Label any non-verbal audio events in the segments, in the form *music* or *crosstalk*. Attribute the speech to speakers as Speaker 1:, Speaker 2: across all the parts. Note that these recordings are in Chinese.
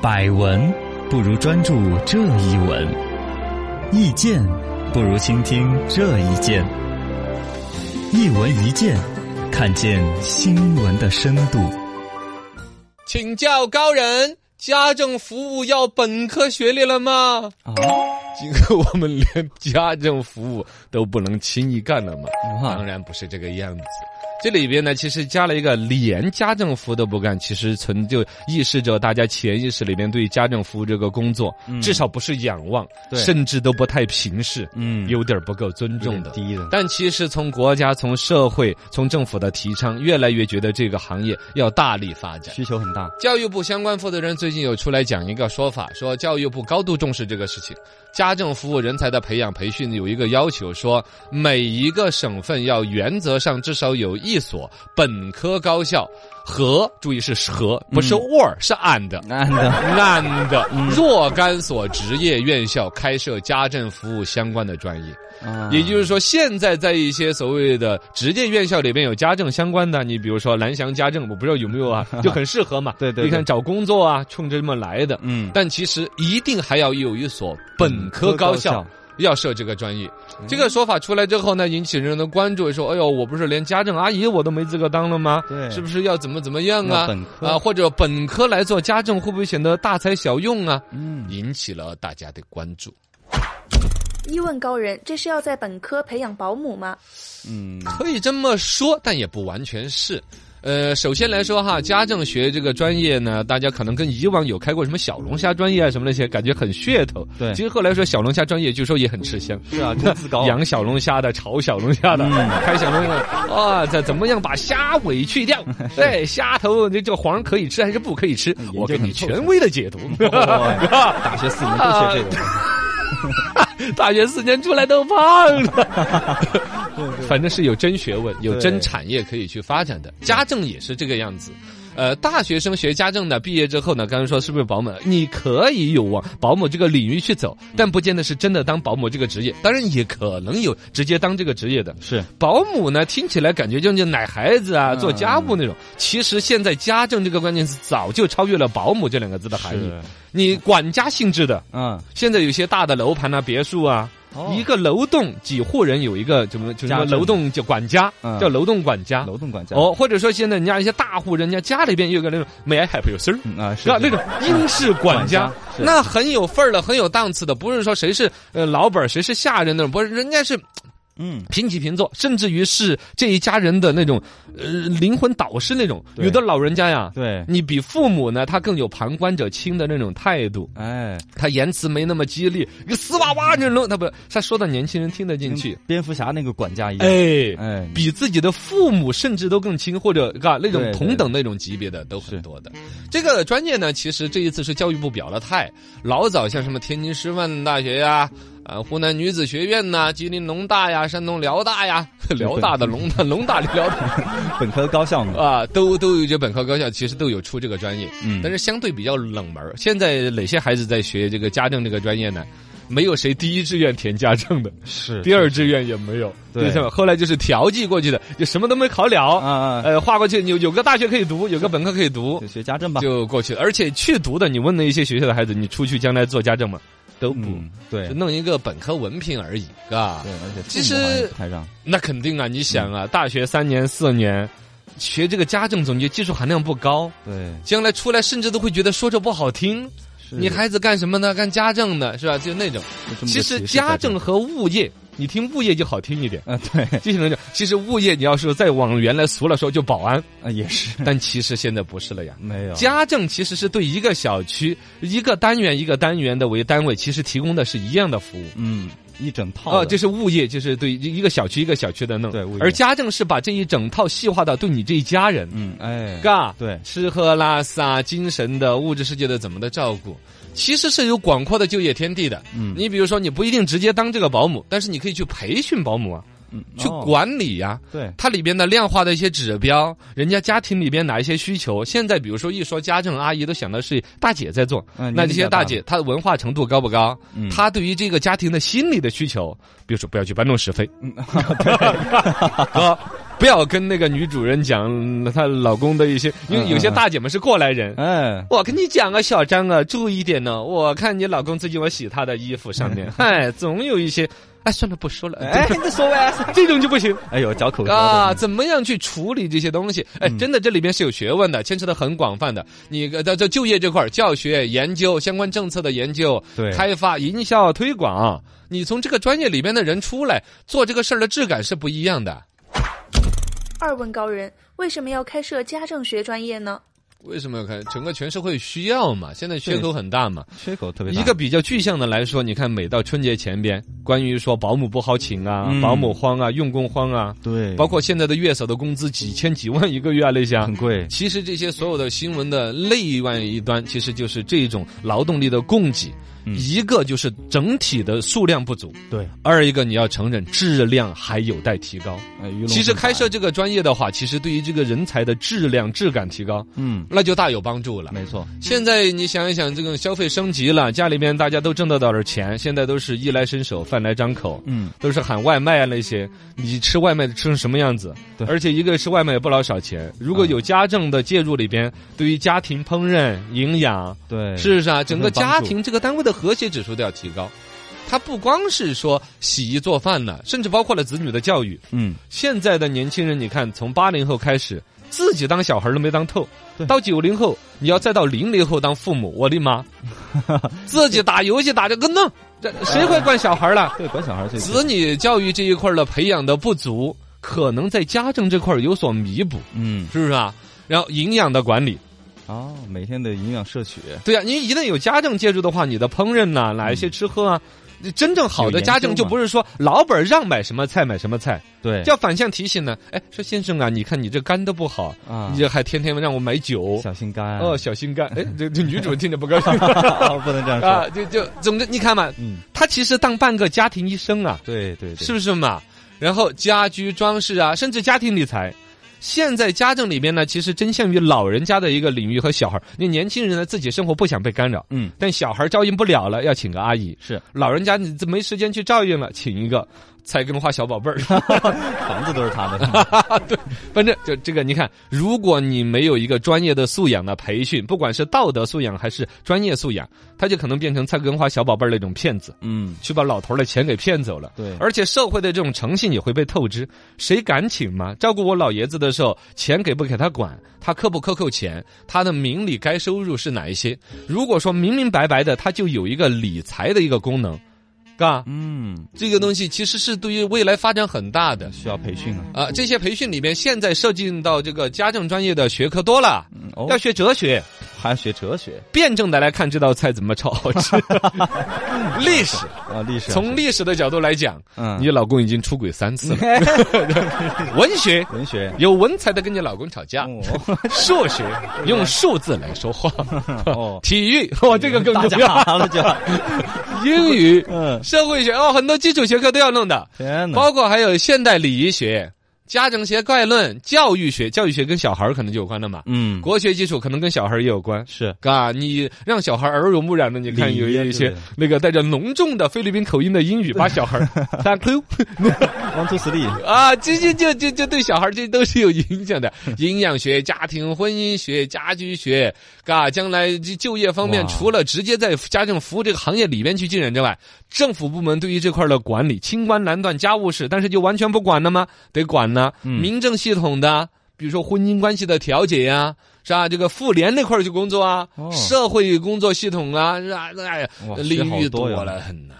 Speaker 1: 百闻不如专注这一闻，意见不如倾听这一见。一闻一见，看见新闻的深度。
Speaker 2: 请教高人，家政服务要本科学历了吗？
Speaker 1: 啊，
Speaker 2: 今后我们连家政服务都不能轻易干了吗？当然不是这个样子。这里边呢，其实加了一个连家政服务都不干，其实存就意示着大家潜意识里面对家政服务这个工作，至少不是仰望，
Speaker 1: 对
Speaker 2: 甚至都不太平视，
Speaker 1: 嗯
Speaker 2: 有点不够尊重的。
Speaker 1: 低的，
Speaker 2: 但其实从国家、从社会、从政府的提倡，越来越觉得这个行业要大力发展。
Speaker 1: 需求很大。
Speaker 2: 教育部相关负责人最近有出来讲一个说法，说教育部高度重视这个事情。家政服务人才的培养培训有一个要求，说每一个省份要原则上至少有一所本科高校和，注意是和，不是 or，、是 and。
Speaker 1: 男的，
Speaker 2: and 若干所职业院校开设家政服务相关的专业，
Speaker 1: 啊
Speaker 2: 也就是说，现在在一些所谓的职业院校里边有家政相关的，你比如说蓝翔家政，我不知道有没有
Speaker 1: *laughs*
Speaker 2: 啊，就很适合嘛。
Speaker 1: 对对对
Speaker 2: 你看找工作啊，冲着这么来的。
Speaker 1: 嗯，
Speaker 2: 但其实一定还要有一所本科高校，要设这个专业。
Speaker 1: 嗯
Speaker 2: 这个说法出来之后呢，引起人的关注，说：“哎呦，我不是连家政阿姨我都没资格当了吗？
Speaker 1: 对
Speaker 2: 是不是要怎么怎么样
Speaker 1: 要
Speaker 2: 啊？
Speaker 1: 本科
Speaker 2: 啊，或者本科来做家政会不会显得大材小用啊？”
Speaker 1: 嗯，
Speaker 2: 引起了大家的关注。
Speaker 3: 一问高人，这是要在本科培养保姆吗？
Speaker 1: 嗯，
Speaker 2: 可以这么说，但也不完全是。呃，首先来说哈，家政学这个专业呢，大家可能跟以往有开过什么小龙虾专业啊什么那些，感觉很噱头。
Speaker 1: 对
Speaker 2: 其实后来说小龙虾专业，据说也很吃香。
Speaker 1: 是啊，嗯工资高，
Speaker 2: 养小龙虾的、炒小龙虾的、开小龙虾的，啊，这怎么样把虾尾去
Speaker 1: *laughs*
Speaker 2: 掉？哎，虾头这这黄可以吃还是不可以吃？
Speaker 1: 究
Speaker 2: 我给你
Speaker 1: 哎很透彻
Speaker 2: 权威的解读。 *laughs*
Speaker 1: 哦大学四年都学这个，
Speaker 2: *laughs* 大学四年出来都胖
Speaker 1: *laughs*
Speaker 2: 了。反正是有真学问，有真产业可以去发展的。家政也是这个样子。呃，大学生学家政呢，毕业之后呢，刚才说是不是保姆？你可以有往保姆这个领域去走，但不见得是真的当保姆这个职业。当然，也可能有直接当这个职业的。
Speaker 1: 是
Speaker 2: 保姆呢，听起来感觉就是奶孩子啊、做家务那
Speaker 1: 嗯
Speaker 2: 种。其实现在家政这个关键词早就超越了保姆这两个字的含义。
Speaker 1: 是，
Speaker 2: 你管家性质的，
Speaker 1: 哎嗯，
Speaker 2: 现在有些大的楼盘啊、别墅啊，
Speaker 1: 哦
Speaker 2: 一个楼栋几户人有一个怎么就是
Speaker 1: 家
Speaker 2: 说
Speaker 1: 政
Speaker 2: 楼栋叫管家，
Speaker 1: 嗯
Speaker 2: 叫楼栋管家。
Speaker 1: 楼栋管家，
Speaker 2: 哦，或者说现在人家一些大户人家家里边有个那种 May I help you sir，
Speaker 1: 嗯啊，是
Speaker 2: 是吧？那种英式管家
Speaker 1: 管家，是
Speaker 2: 那很有份儿的，很有档次的，不是说谁是呃老板儿谁是下人那种，不是人家是
Speaker 1: 嗯，
Speaker 2: 平起平坐，甚至于是这一家人的那种呃灵魂导师那种。
Speaker 1: 对
Speaker 2: 有的老人家呀，
Speaker 1: 对，
Speaker 2: 你比父母呢，他更有旁观者清的那种态度。
Speaker 1: 哎，
Speaker 2: 他言辞没那么激烈，一个丝娃娃这种，他不，他说的年轻人听得进去
Speaker 1: 跟，蝙蝠侠那个管家一样，
Speaker 2: 哎，
Speaker 1: 哎，
Speaker 2: 比自己的父母甚至都更亲，或者嘎那种
Speaker 1: 对对
Speaker 2: 同等那种级别的都很多的。这个专业呢，其实这一次是教育部表了态，老早像什么天津师范大学呀、啊，湖南女子学院呐、吉林农大呀、山东辽大呀、 *laughs* 辽大的农大、农大辽大
Speaker 1: 本科高校嘛，
Speaker 2: 啊，都都有这本科高校，其实都有出这个专业，
Speaker 1: 嗯
Speaker 2: 但是相对比较冷门儿。现在哪些孩子在学这个家政这个专业呢？没有谁第一志愿填家政的，
Speaker 1: 是
Speaker 2: 第二志愿也没有，
Speaker 1: 对
Speaker 2: 第三后来就是调剂过去的，就什么都没考了，
Speaker 1: 啊啊，
Speaker 2: 呃，划过去有有个大学可以读，有个本科可以读
Speaker 1: 就，学家政吧，
Speaker 2: 就过去了。而且去读的，你问了一些学校的孩子，你出去将来做家政吗？都不，
Speaker 1: 嗯，对
Speaker 2: 就，弄一个本科文凭而已，啊。
Speaker 1: 对，而且
Speaker 2: 其
Speaker 1: 父母好像
Speaker 2: 实
Speaker 1: 也不太让，
Speaker 2: 那肯定啊！你想啊，大学三年四年，学这个家政总结技术含量不高，
Speaker 1: 对，
Speaker 2: 将来出来甚至都会觉得说着不好听。
Speaker 1: 是
Speaker 2: 你孩子干什么呢？干家政的是吧？就那种。
Speaker 1: 有这么多
Speaker 2: 其实
Speaker 1: 歧视在
Speaker 2: 家
Speaker 1: 这
Speaker 2: 政
Speaker 1: 里，
Speaker 2: 和物业，你听物业就好听一点。
Speaker 1: 啊，对，
Speaker 2: 就是那种，其实物业你要是再往原来俗了说，就保安，
Speaker 1: 啊，也是
Speaker 2: 但其实现在不是了呀。
Speaker 1: 没有
Speaker 2: 家政其实是对一个小区、一个单元、一个单元的为单位，其实提供的是一样的服务。
Speaker 1: 嗯，一整套
Speaker 2: 哦，
Speaker 1: 的，
Speaker 2: 这是物业，就是对一个小区一个小区的弄。
Speaker 1: 对物业
Speaker 2: 而家政是把这一整套细化到对你这一家人，
Speaker 1: 嗯，哎，
Speaker 2: 嘎，
Speaker 1: 对
Speaker 2: 吃喝拉撒、精神的、物质世界的怎么的照顾，其实是有广阔的就业天地的。
Speaker 1: 嗯
Speaker 2: 你比如说，你不一定直接当这个保姆，但是你可以去培训保姆啊，
Speaker 1: 嗯
Speaker 2: 去
Speaker 1: 哦
Speaker 2: 管理呀、
Speaker 1: 对，
Speaker 2: 它里边的量化的一些指标，人家家庭里边哪一些需求，现在比如说一说家政阿姨，都想到是大姐在做。
Speaker 1: 嗯
Speaker 2: 那这
Speaker 1: 年纪
Speaker 2: 些
Speaker 1: 比较大
Speaker 2: 大姐，她的文化程度高不高？
Speaker 1: 嗯
Speaker 2: 她对于这
Speaker 1: *laughs*
Speaker 2: 个家庭的心理的需求，比如说不要去搬弄是非，
Speaker 1: 嗯
Speaker 2: 哥，啊不要跟那个女主人讲她老公的一些，因为有些大姐们是过来人。
Speaker 1: 嗯，
Speaker 2: 我跟你讲啊，小张啊，注意点呢。我看你老公最近我洗他的衣服上
Speaker 1: *laughs*
Speaker 2: 面，哎，总有一些， *laughs* 哎，算了，不说了。
Speaker 1: 哎，你说呗。
Speaker 2: *laughs* 这种就不行
Speaker 1: 哎呦，嚼口舌
Speaker 2: 啊！
Speaker 1: 的。嗯
Speaker 2: 怎么样去处理这些东西？哎，真的，这里边是有学问的，牵扯的很广泛的。你呃在这就业这块儿，教学研究相关政策的研究，
Speaker 1: 对
Speaker 2: 开发、营销、推广，你从这个专业里边的人出来做这个事儿的质感是不一样的。
Speaker 3: 二问高人，为什么要开设家政学专业呢？
Speaker 2: 为什么要看？整个全社会需要嘛，现在缺口很大嘛。
Speaker 1: 缺口特别大。
Speaker 2: 一个比较具象的来说，你看，每到春节前边，关于说保姆不好请啊、
Speaker 1: 嗯
Speaker 2: 保姆荒啊、用工荒啊，
Speaker 1: 对，
Speaker 2: 包括现在的月嫂的工资几千几万一个月啊那些啊
Speaker 1: 很，贵。
Speaker 2: 其实这些所有的新闻的另外一端，其实就是这种劳动力的供给，
Speaker 1: 嗯
Speaker 2: 一个就是整体的数量不足，
Speaker 1: 对，
Speaker 2: 二一个你要承认质量还有待提高。
Speaker 1: 呃鱼龙
Speaker 2: 其实
Speaker 1: 混杂
Speaker 2: 开设这个专业的话，其实对于这个人才的质量质感提高，
Speaker 1: 嗯，
Speaker 2: 那就大有帮助了。
Speaker 1: 没错，
Speaker 2: 现在你想一想，这种消费升级了，家里面大家都挣得到点钱，现在都是衣来伸手，饭来张口。
Speaker 1: 嗯，
Speaker 2: 都是喊外卖啊那些，你吃外卖吃成什么样子？
Speaker 1: 对
Speaker 2: 而且一个吃外卖也不老少钱。如果有家政的介入里边，对于家庭烹饪、营养，
Speaker 1: 对，
Speaker 2: 是不是啊？整个
Speaker 1: 很有帮
Speaker 2: 家
Speaker 1: 助
Speaker 2: 庭这个单位的和谐指数都要提高。它不光是说洗衣做饭了，甚至包括了子女的教育。
Speaker 1: 嗯，
Speaker 2: 现在的年轻人，你看，从八零后开始，自己当小孩儿都没当透
Speaker 1: 对，
Speaker 2: 到九零后，你要再到零零后当父母，我的妈！自己打游戏打着个弄，这谁会管小孩儿了？
Speaker 1: 对，管小孩最
Speaker 2: 子女教育这一块儿的培养的不足，可能在家政这块儿有所弥补，
Speaker 1: 嗯，
Speaker 2: 是不是啊？然后营养的管理，
Speaker 1: 哦，每天的营养摄取，
Speaker 2: 对啊，你一旦有家政介入的话，你的烹饪呐、哪一
Speaker 1: 嗯
Speaker 2: 些吃喝啊，真正好的家政就不是说老板让买什么菜买什么菜，
Speaker 1: 对，
Speaker 2: 要反向提醒呢。哎，说先生啊，你看你这肝都不好，
Speaker 1: 啊
Speaker 2: 你，这还天天让我买酒，
Speaker 1: 小嗯心肝
Speaker 2: 哦，小心肝。哎，这这女主人听着不
Speaker 1: *laughs*
Speaker 2: 高兴
Speaker 1: 不能这样说，
Speaker 2: 啊，就就总之你看嘛，
Speaker 1: 嗯，
Speaker 2: 他其实当半个家庭医生啊，
Speaker 1: 对对对，
Speaker 2: 是不是嘛？然后家居装饰啊，甚至家庭理财。现在家政里面呢，其实针向于老人家的一个领域和小孩儿。你年轻人呢，自己生活不想被干扰，
Speaker 1: 嗯，
Speaker 2: 但小孩儿照应不了了，要请个阿姨；
Speaker 1: 是
Speaker 2: 老人家你这没时间去照应了，请一个菜根花小宝贝儿。 *laughs*
Speaker 1: 房子都是他的，
Speaker 2: 反正就这个，你看，如果你没有一个专业的素养的培训，不管是道德素养还是专业素养，他就可能变成菜根花小宝贝儿那种骗子，
Speaker 1: *laughs* 嗯，
Speaker 2: 去把老头儿的钱给骗走了。
Speaker 1: 对，
Speaker 2: 而且社会的这种诚信也会被透支，谁敢请嘛？照顾我老爷子的时候，钱给不给他管，他克不克扣钱，他的明里该收入是哪一些？如果说明明白白的，他就有一个理财的一个功能，嘎，
Speaker 1: 嗯，
Speaker 2: 这个东西其实是对于未来发展很大的。
Speaker 1: 需要培训啊，
Speaker 2: 啊、这些培训里面，现在涉及到这个家政专业的学科多了，
Speaker 1: 嗯哦
Speaker 2: 要，学哲学，
Speaker 1: 还学哲学
Speaker 2: 辩证的来看这道菜怎么炒好吃。 *laughs* 历
Speaker 1: *laughs*
Speaker 2: 史，
Speaker 1: 啊，历史啊，
Speaker 2: 从历史的角度来讲，
Speaker 1: 嗯，
Speaker 2: 你老公已经出轨三次了。啊 *laughs* 文学，
Speaker 1: 文学，
Speaker 2: 有文才的跟你老公吵架。
Speaker 1: 哦
Speaker 2: 数学，用数字来说 *laughs* 话。
Speaker 1: *laughs* 哦，
Speaker 2: 体育， *laughs* 哇，这个更
Speaker 1: 大
Speaker 2: 重
Speaker 1: 家
Speaker 2: 要。
Speaker 1: 了就，
Speaker 2: 英语、
Speaker 1: 嗯，
Speaker 2: 社会学，哦，很多基础学科都要弄的，
Speaker 1: 天哪，
Speaker 2: 包括还有现代礼仪学、家政学概论、教育学。教育学跟小孩儿可能就有关了嘛。
Speaker 1: 嗯，
Speaker 2: 国学基础可能跟小孩儿也有关。
Speaker 1: 是
Speaker 2: 嘎，你让小孩儿耳濡目染的，你看
Speaker 1: 礼仪
Speaker 2: 有
Speaker 1: 啊
Speaker 2: 一
Speaker 1: 对
Speaker 2: 些
Speaker 1: 不对
Speaker 2: 那个带着浓重的菲律宾口音的英语，把小孩 *laughs* 儿 thank you。
Speaker 1: 王图斯利，
Speaker 2: 啊，这这这这这对小孩儿这都是有影响的。营养学、家庭婚姻学、家居学，嘎，将来这就业方面，
Speaker 1: 哇
Speaker 2: 除了直接在家政服务这个行业里边去进展之外，政府部门对于这块儿的管理，清官难断家务事，但是就完全不管了吗？得管呢。
Speaker 1: 嗯
Speaker 2: 民政系统的，比如说婚姻关系的调解呀、是吧？这个妇联那块儿去工作啊，
Speaker 1: 哦
Speaker 2: 社会工作系统啊，是吧？哎呀
Speaker 1: 哇，学
Speaker 2: 领
Speaker 1: 好
Speaker 2: 域
Speaker 1: 多呀
Speaker 2: 了很呐、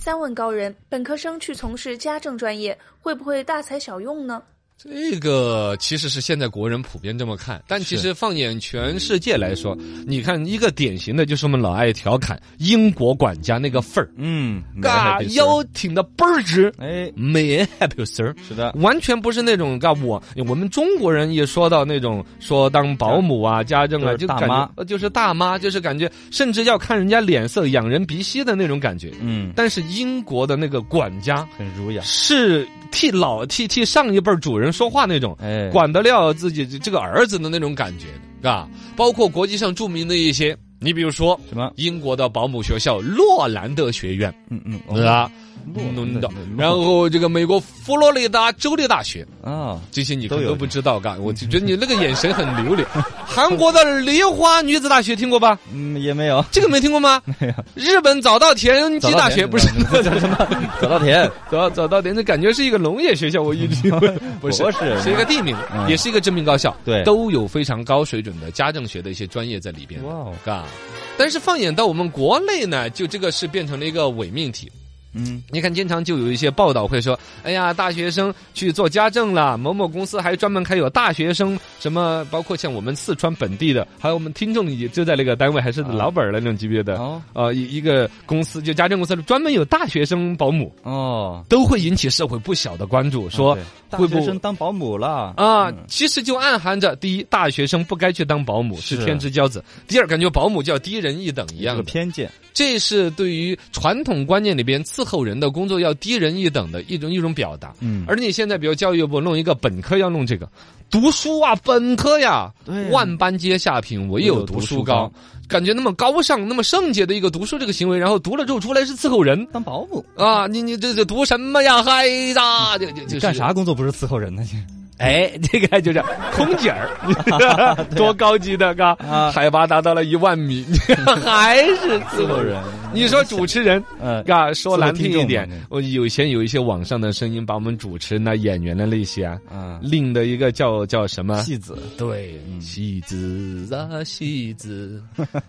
Speaker 3: 三问高人，本科生去从事家政专业会不会大材小用呢？
Speaker 2: 这个其实是现在国人普遍这么看，但其实放眼全世界来说，你看一个典型的就是我们老爱调侃英国管家那个份儿，
Speaker 1: 嗯，
Speaker 2: 嘎
Speaker 1: 没事
Speaker 2: 腰挺的倍儿直，
Speaker 1: 哎，
Speaker 2: 没 happy sir。
Speaker 1: 是的，
Speaker 2: 完全不是那种嘎我我们中国人一说到那种说当保姆啊、家政啊，
Speaker 1: 就是
Speaker 2: 就
Speaker 1: 大
Speaker 2: 感
Speaker 1: 妈
Speaker 2: 觉呃就是大妈，就是感觉甚至要看人家脸色、仰人鼻息的那种感觉。
Speaker 1: 嗯，
Speaker 2: 但是英国的那个管家
Speaker 1: 很儒雅，
Speaker 2: 是替老替替上一辈儿主人说话那种，
Speaker 1: 哎，
Speaker 2: 管得了自己这个儿子的那种感觉，啊，包括国际上著名的一些，你比如说
Speaker 1: 什么？
Speaker 2: 英国的保姆学校洛兰德学院，
Speaker 1: 嗯嗯，哦
Speaker 2: 啊，弄到。然后这个美国佛罗里达州立大学，
Speaker 1: 啊，
Speaker 2: 这些你可
Speaker 1: 都
Speaker 2: 能
Speaker 1: 有
Speaker 2: 都不知道，嘎，我就觉得你那个眼神很流利。韩国的梨花女子大学听过吧？
Speaker 1: 嗯，也
Speaker 2: *laughs*
Speaker 1: 没有，
Speaker 2: 这个没听过吗？
Speaker 1: 没有。
Speaker 2: 日本早稻田机大学不是
Speaker 1: 叫什么
Speaker 2: *laughs*
Speaker 1: 早稻田，
Speaker 2: 早早稻田，这感觉是一个农业学校，我一直以为不是
Speaker 1: 博士
Speaker 2: 是一个地名，
Speaker 1: 嗯
Speaker 2: 也是一个知名高校，
Speaker 1: 对
Speaker 2: 都有非常高水准的家政学的一些专业在里边的
Speaker 1: 哇哦，
Speaker 2: 嘎。但是放眼到我们国内呢，就这个是变成了一个伪命题。
Speaker 1: 嗯，
Speaker 2: 你看，经常就有一些报道会说，哎呀，大学生去做家政了，某某公司还专门开有大学生什么，包括像我们四川本地的，还有我们听众也就在那个单位，还是
Speaker 1: 啊
Speaker 2: 老板儿那种级别的，
Speaker 1: 哦
Speaker 2: 呃，一一个公司就家政公司专门有大学生保姆，
Speaker 1: 哦，
Speaker 2: 都会引起社会不小的关注，说
Speaker 1: 啊对
Speaker 2: 会
Speaker 1: 大
Speaker 2: 不
Speaker 1: 学生当保姆了
Speaker 2: 啊
Speaker 1: 嗯，
Speaker 2: 其实就暗含着：第一，大学生不该去当保姆，是
Speaker 1: 是
Speaker 2: 天之骄子；第二，感觉保姆就要低人一等一
Speaker 1: 有这
Speaker 2: 样
Speaker 1: 个
Speaker 2: 的，
Speaker 1: 偏见，
Speaker 2: 这是对于传统观念里边伺候人的工作要低人一等的一种一种表达。
Speaker 1: 嗯，
Speaker 2: 而你现在比如教育部弄一个本科要弄这个，读书啊，本科呀，
Speaker 1: 对啊
Speaker 2: 万般皆下品，唯有读书高
Speaker 1: 唯有读，
Speaker 2: 感觉那么高尚、那么圣洁的一个读书这个行为，然后读了之后出来是伺候人
Speaker 1: 当保姆。
Speaker 2: 啊，你你这这读什么呀，嗨呀，这这这
Speaker 1: 干啥？工作不是伺候人呢？
Speaker 2: 哎，这个就是空姐
Speaker 1: *laughs*
Speaker 2: 儿，多高级的嘎
Speaker 1: 啊，
Speaker 2: 海拔达到了一万米， *laughs* 还是伺候人。你说主持人，
Speaker 1: *laughs*
Speaker 2: *laughs*
Speaker 1: 呃，
Speaker 2: 嘎，说难听一点
Speaker 1: 伺候听众嘛，
Speaker 2: 我有以前有一些网上的声音，把我们主持人啊、演员的那些啊，
Speaker 1: 啊，
Speaker 2: 另的一个叫叫什么？
Speaker 1: 戏嗯子，
Speaker 2: 对，戏子啊，戏
Speaker 1: *laughs*
Speaker 2: 子，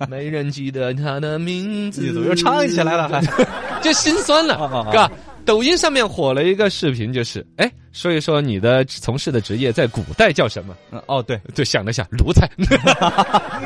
Speaker 2: 没人记得他的名字。
Speaker 1: 戏子又唱起来了，还
Speaker 2: *laughs* 就心酸了
Speaker 1: 啊啊，啊
Speaker 2: 嘎。抖音上面火了一个视频，就是哎，说一说你的从事的职业在古代叫什么？
Speaker 1: 嗯 *laughs* 哦，对，
Speaker 2: 就想了想，奴
Speaker 1: *laughs*
Speaker 2: 才，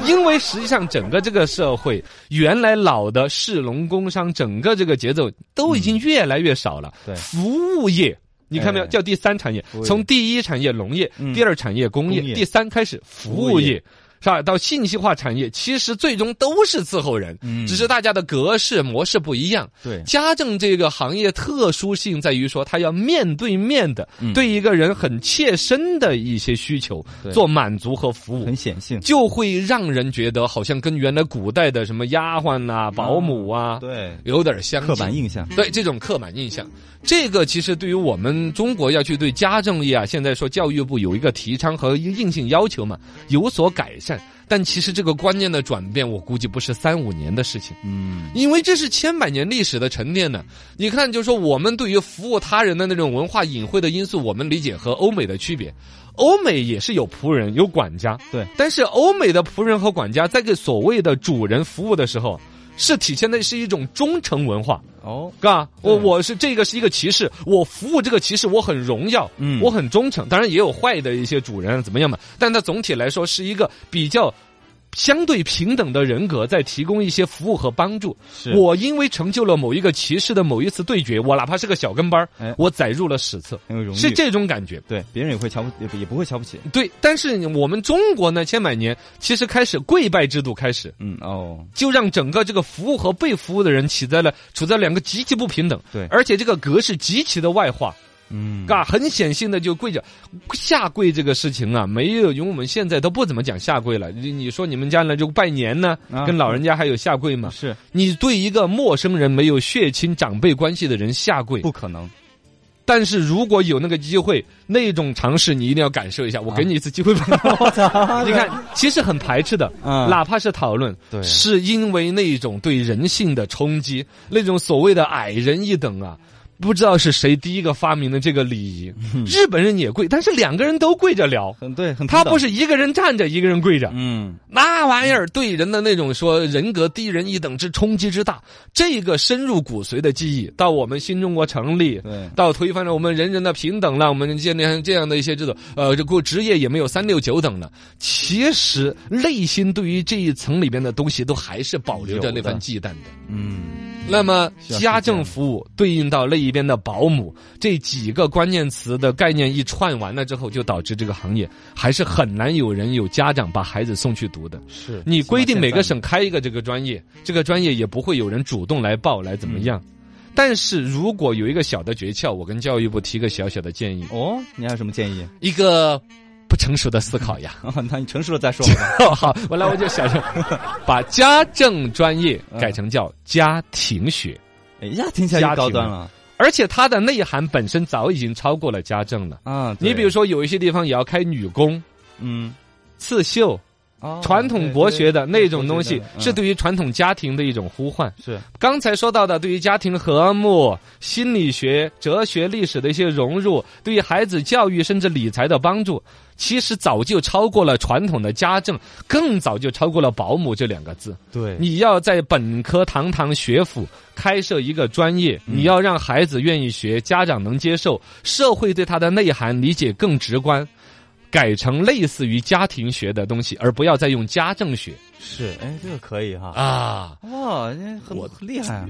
Speaker 2: 因为实际上整个这个社会，原来老的士农工商，整个这个节奏都已经越来越少了。
Speaker 1: 嗯对
Speaker 2: 服务业。你看没有，
Speaker 1: 哎
Speaker 2: 叫第三产业
Speaker 1: 服务，业
Speaker 2: 从第一产业农业
Speaker 1: 嗯，
Speaker 2: 第二产业工业
Speaker 1: 工，业
Speaker 2: 第三开始服务
Speaker 1: 服务
Speaker 2: 业
Speaker 1: 业，
Speaker 2: 是吧？到信息化产业，其实最终都是伺候人，
Speaker 1: 嗯
Speaker 2: 只是大家的格式模式不一样。
Speaker 1: 对，
Speaker 2: 家政这个行业特殊性在于说，它要面对面的
Speaker 1: 嗯
Speaker 2: 对一个人很切身的一些需求
Speaker 1: 对
Speaker 2: 做满足和服务
Speaker 1: 很。显性，
Speaker 2: 就会让人觉得好像跟原来古代的什么丫鬟呐、保姆啊，
Speaker 1: 嗯对，
Speaker 2: 有点相近
Speaker 1: 刻板印象，
Speaker 2: 对这种刻板印象，这个其实对于我们中国要去对家政业啊，现在说教育部有一个提倡和硬性要求嘛，有所改善。但其实这个观念的转变，我估计不是三五年的事情。
Speaker 1: 嗯，
Speaker 2: 因为这是千百年历史的沉淀呢。你看，就说我们对于服务他人的那种文化隐晦的因素，我们理解和欧美的区别。欧美也是有仆人有管家，
Speaker 1: 对
Speaker 2: 但是欧美的仆人和管家在给所谓的主人服务的时候，是体现的是一种忠诚文化。
Speaker 1: 哦，
Speaker 2: 嘎，我
Speaker 1: 对
Speaker 2: 我是这个是一个骑士，我服务这个骑士，我很荣耀，
Speaker 1: 嗯
Speaker 2: 我很忠诚。当然也有坏的一些主人啊怎么样嘛，但它总体来说是一个比较相对平等的人格，在提供一些服务和帮助。
Speaker 1: 是
Speaker 2: 我因为成就了某一个骑士的某一次对决，我哪怕是个小跟班儿
Speaker 1: 哎
Speaker 2: 我载入了史册，
Speaker 1: 很有荣誉，啊
Speaker 2: 是这种感觉。
Speaker 1: 对，别人也会瞧不，也不也不会瞧不起，
Speaker 2: 对，但是我们中国呢，千百年其实开始跪拜制度开始，
Speaker 1: 嗯，哦，
Speaker 2: 就让整个这个服务和被服务的人起在了处在两个极其不平等，
Speaker 1: 对
Speaker 2: 而且这个格式极其的外化，
Speaker 1: 嗯，
Speaker 2: 嘎，很显性的就跪着下跪这个事情啊，没有，因为我们现在都不怎么讲下跪了。你你说你们家呢就拜年呢，
Speaker 1: 啊嗯
Speaker 2: 跟老人家还有下跪吗？
Speaker 1: 是
Speaker 2: 你对一个陌生人没有血亲长辈关系的人下跪，
Speaker 1: 不可能，
Speaker 2: 但是如果有那个机会，那种尝试你一定要感受一下。我给你一次机会吧。
Speaker 1: *laughs* 我操
Speaker 2: 你看，其实很排斥的，
Speaker 1: 嗯
Speaker 2: 哪怕是讨论，
Speaker 1: 对
Speaker 2: 是因为那种对人性的冲击，那种所谓的矮人一等啊。不知道是谁第一个发明的这个礼仪，
Speaker 1: 嗯
Speaker 2: 日本人也跪，但是两个人都跪着聊，
Speaker 1: 很对，很
Speaker 2: 他不
Speaker 1: 是，
Speaker 2: 是一个人站着，一个人跪着，
Speaker 1: 嗯，
Speaker 2: 那玩意儿对人的那种说人格低人一等之冲击之大，这个深入骨髓的记忆，到我们新中国成立，
Speaker 1: 对，
Speaker 2: 到推翻了我们人人的平等了，我们建立这样的一些制度，呃，这过职业也没有三六九等了。其实内心对于这一层里边的东西，都还是保留着那份忌惮的。
Speaker 1: 嗯，
Speaker 2: 那么
Speaker 1: 需要
Speaker 2: 家
Speaker 1: 时间
Speaker 2: 政服务对应到那一边的保姆，这几个关键词的概念一串完了之后，就导致这个行业还是很难有人有家长把孩子送去读的。
Speaker 1: 是
Speaker 2: 你规定每个省开一个这个专业，
Speaker 4: 嗯
Speaker 2: 这个专业也不会有人主动来报来怎么样。但是如果有一个小的诀窍，我跟教育部提个小小的建议，
Speaker 1: 哦，你还有什么建议？。
Speaker 2: 一个不成熟的思考呀
Speaker 4: *laughs*
Speaker 1: 啊，那你成熟了再说
Speaker 2: *laughs*
Speaker 1: 吧。
Speaker 2: 好，我来我就想着，把家政专业改成叫家庭学。
Speaker 1: 哎呀，听起来就高端了。
Speaker 2: 而且它的内涵本身早已经超过了家政了。
Speaker 4: 啊，对
Speaker 2: 你比如，说，有一些地方也要开女工、
Speaker 4: 嗯，
Speaker 2: 刺绣，
Speaker 4: 哦
Speaker 2: 传统国学的那种东西，是
Speaker 4: 对嗯
Speaker 2: 对于传统家庭的一种呼唤。
Speaker 4: 对对对嗯
Speaker 2: 刚才说到的，对于家庭和睦、心理学、哲学、历史的一些融入，对于孩子教育甚至理财的帮助，其实早就超过了传统的家政，更早就超过了保姆这两个字。
Speaker 4: 是对，
Speaker 2: 你要在本科堂堂学府开设一个专业，你要让孩子愿意学，家长能接受，社会对它的内涵理解更直观，改成类似于家庭学的东西，而不要再用家政学
Speaker 4: 是哎，这个可以哈。
Speaker 1: 哦
Speaker 2: 啊。
Speaker 1: 哎
Speaker 4: 哇，人家很
Speaker 2: 我
Speaker 4: 很厉害啊！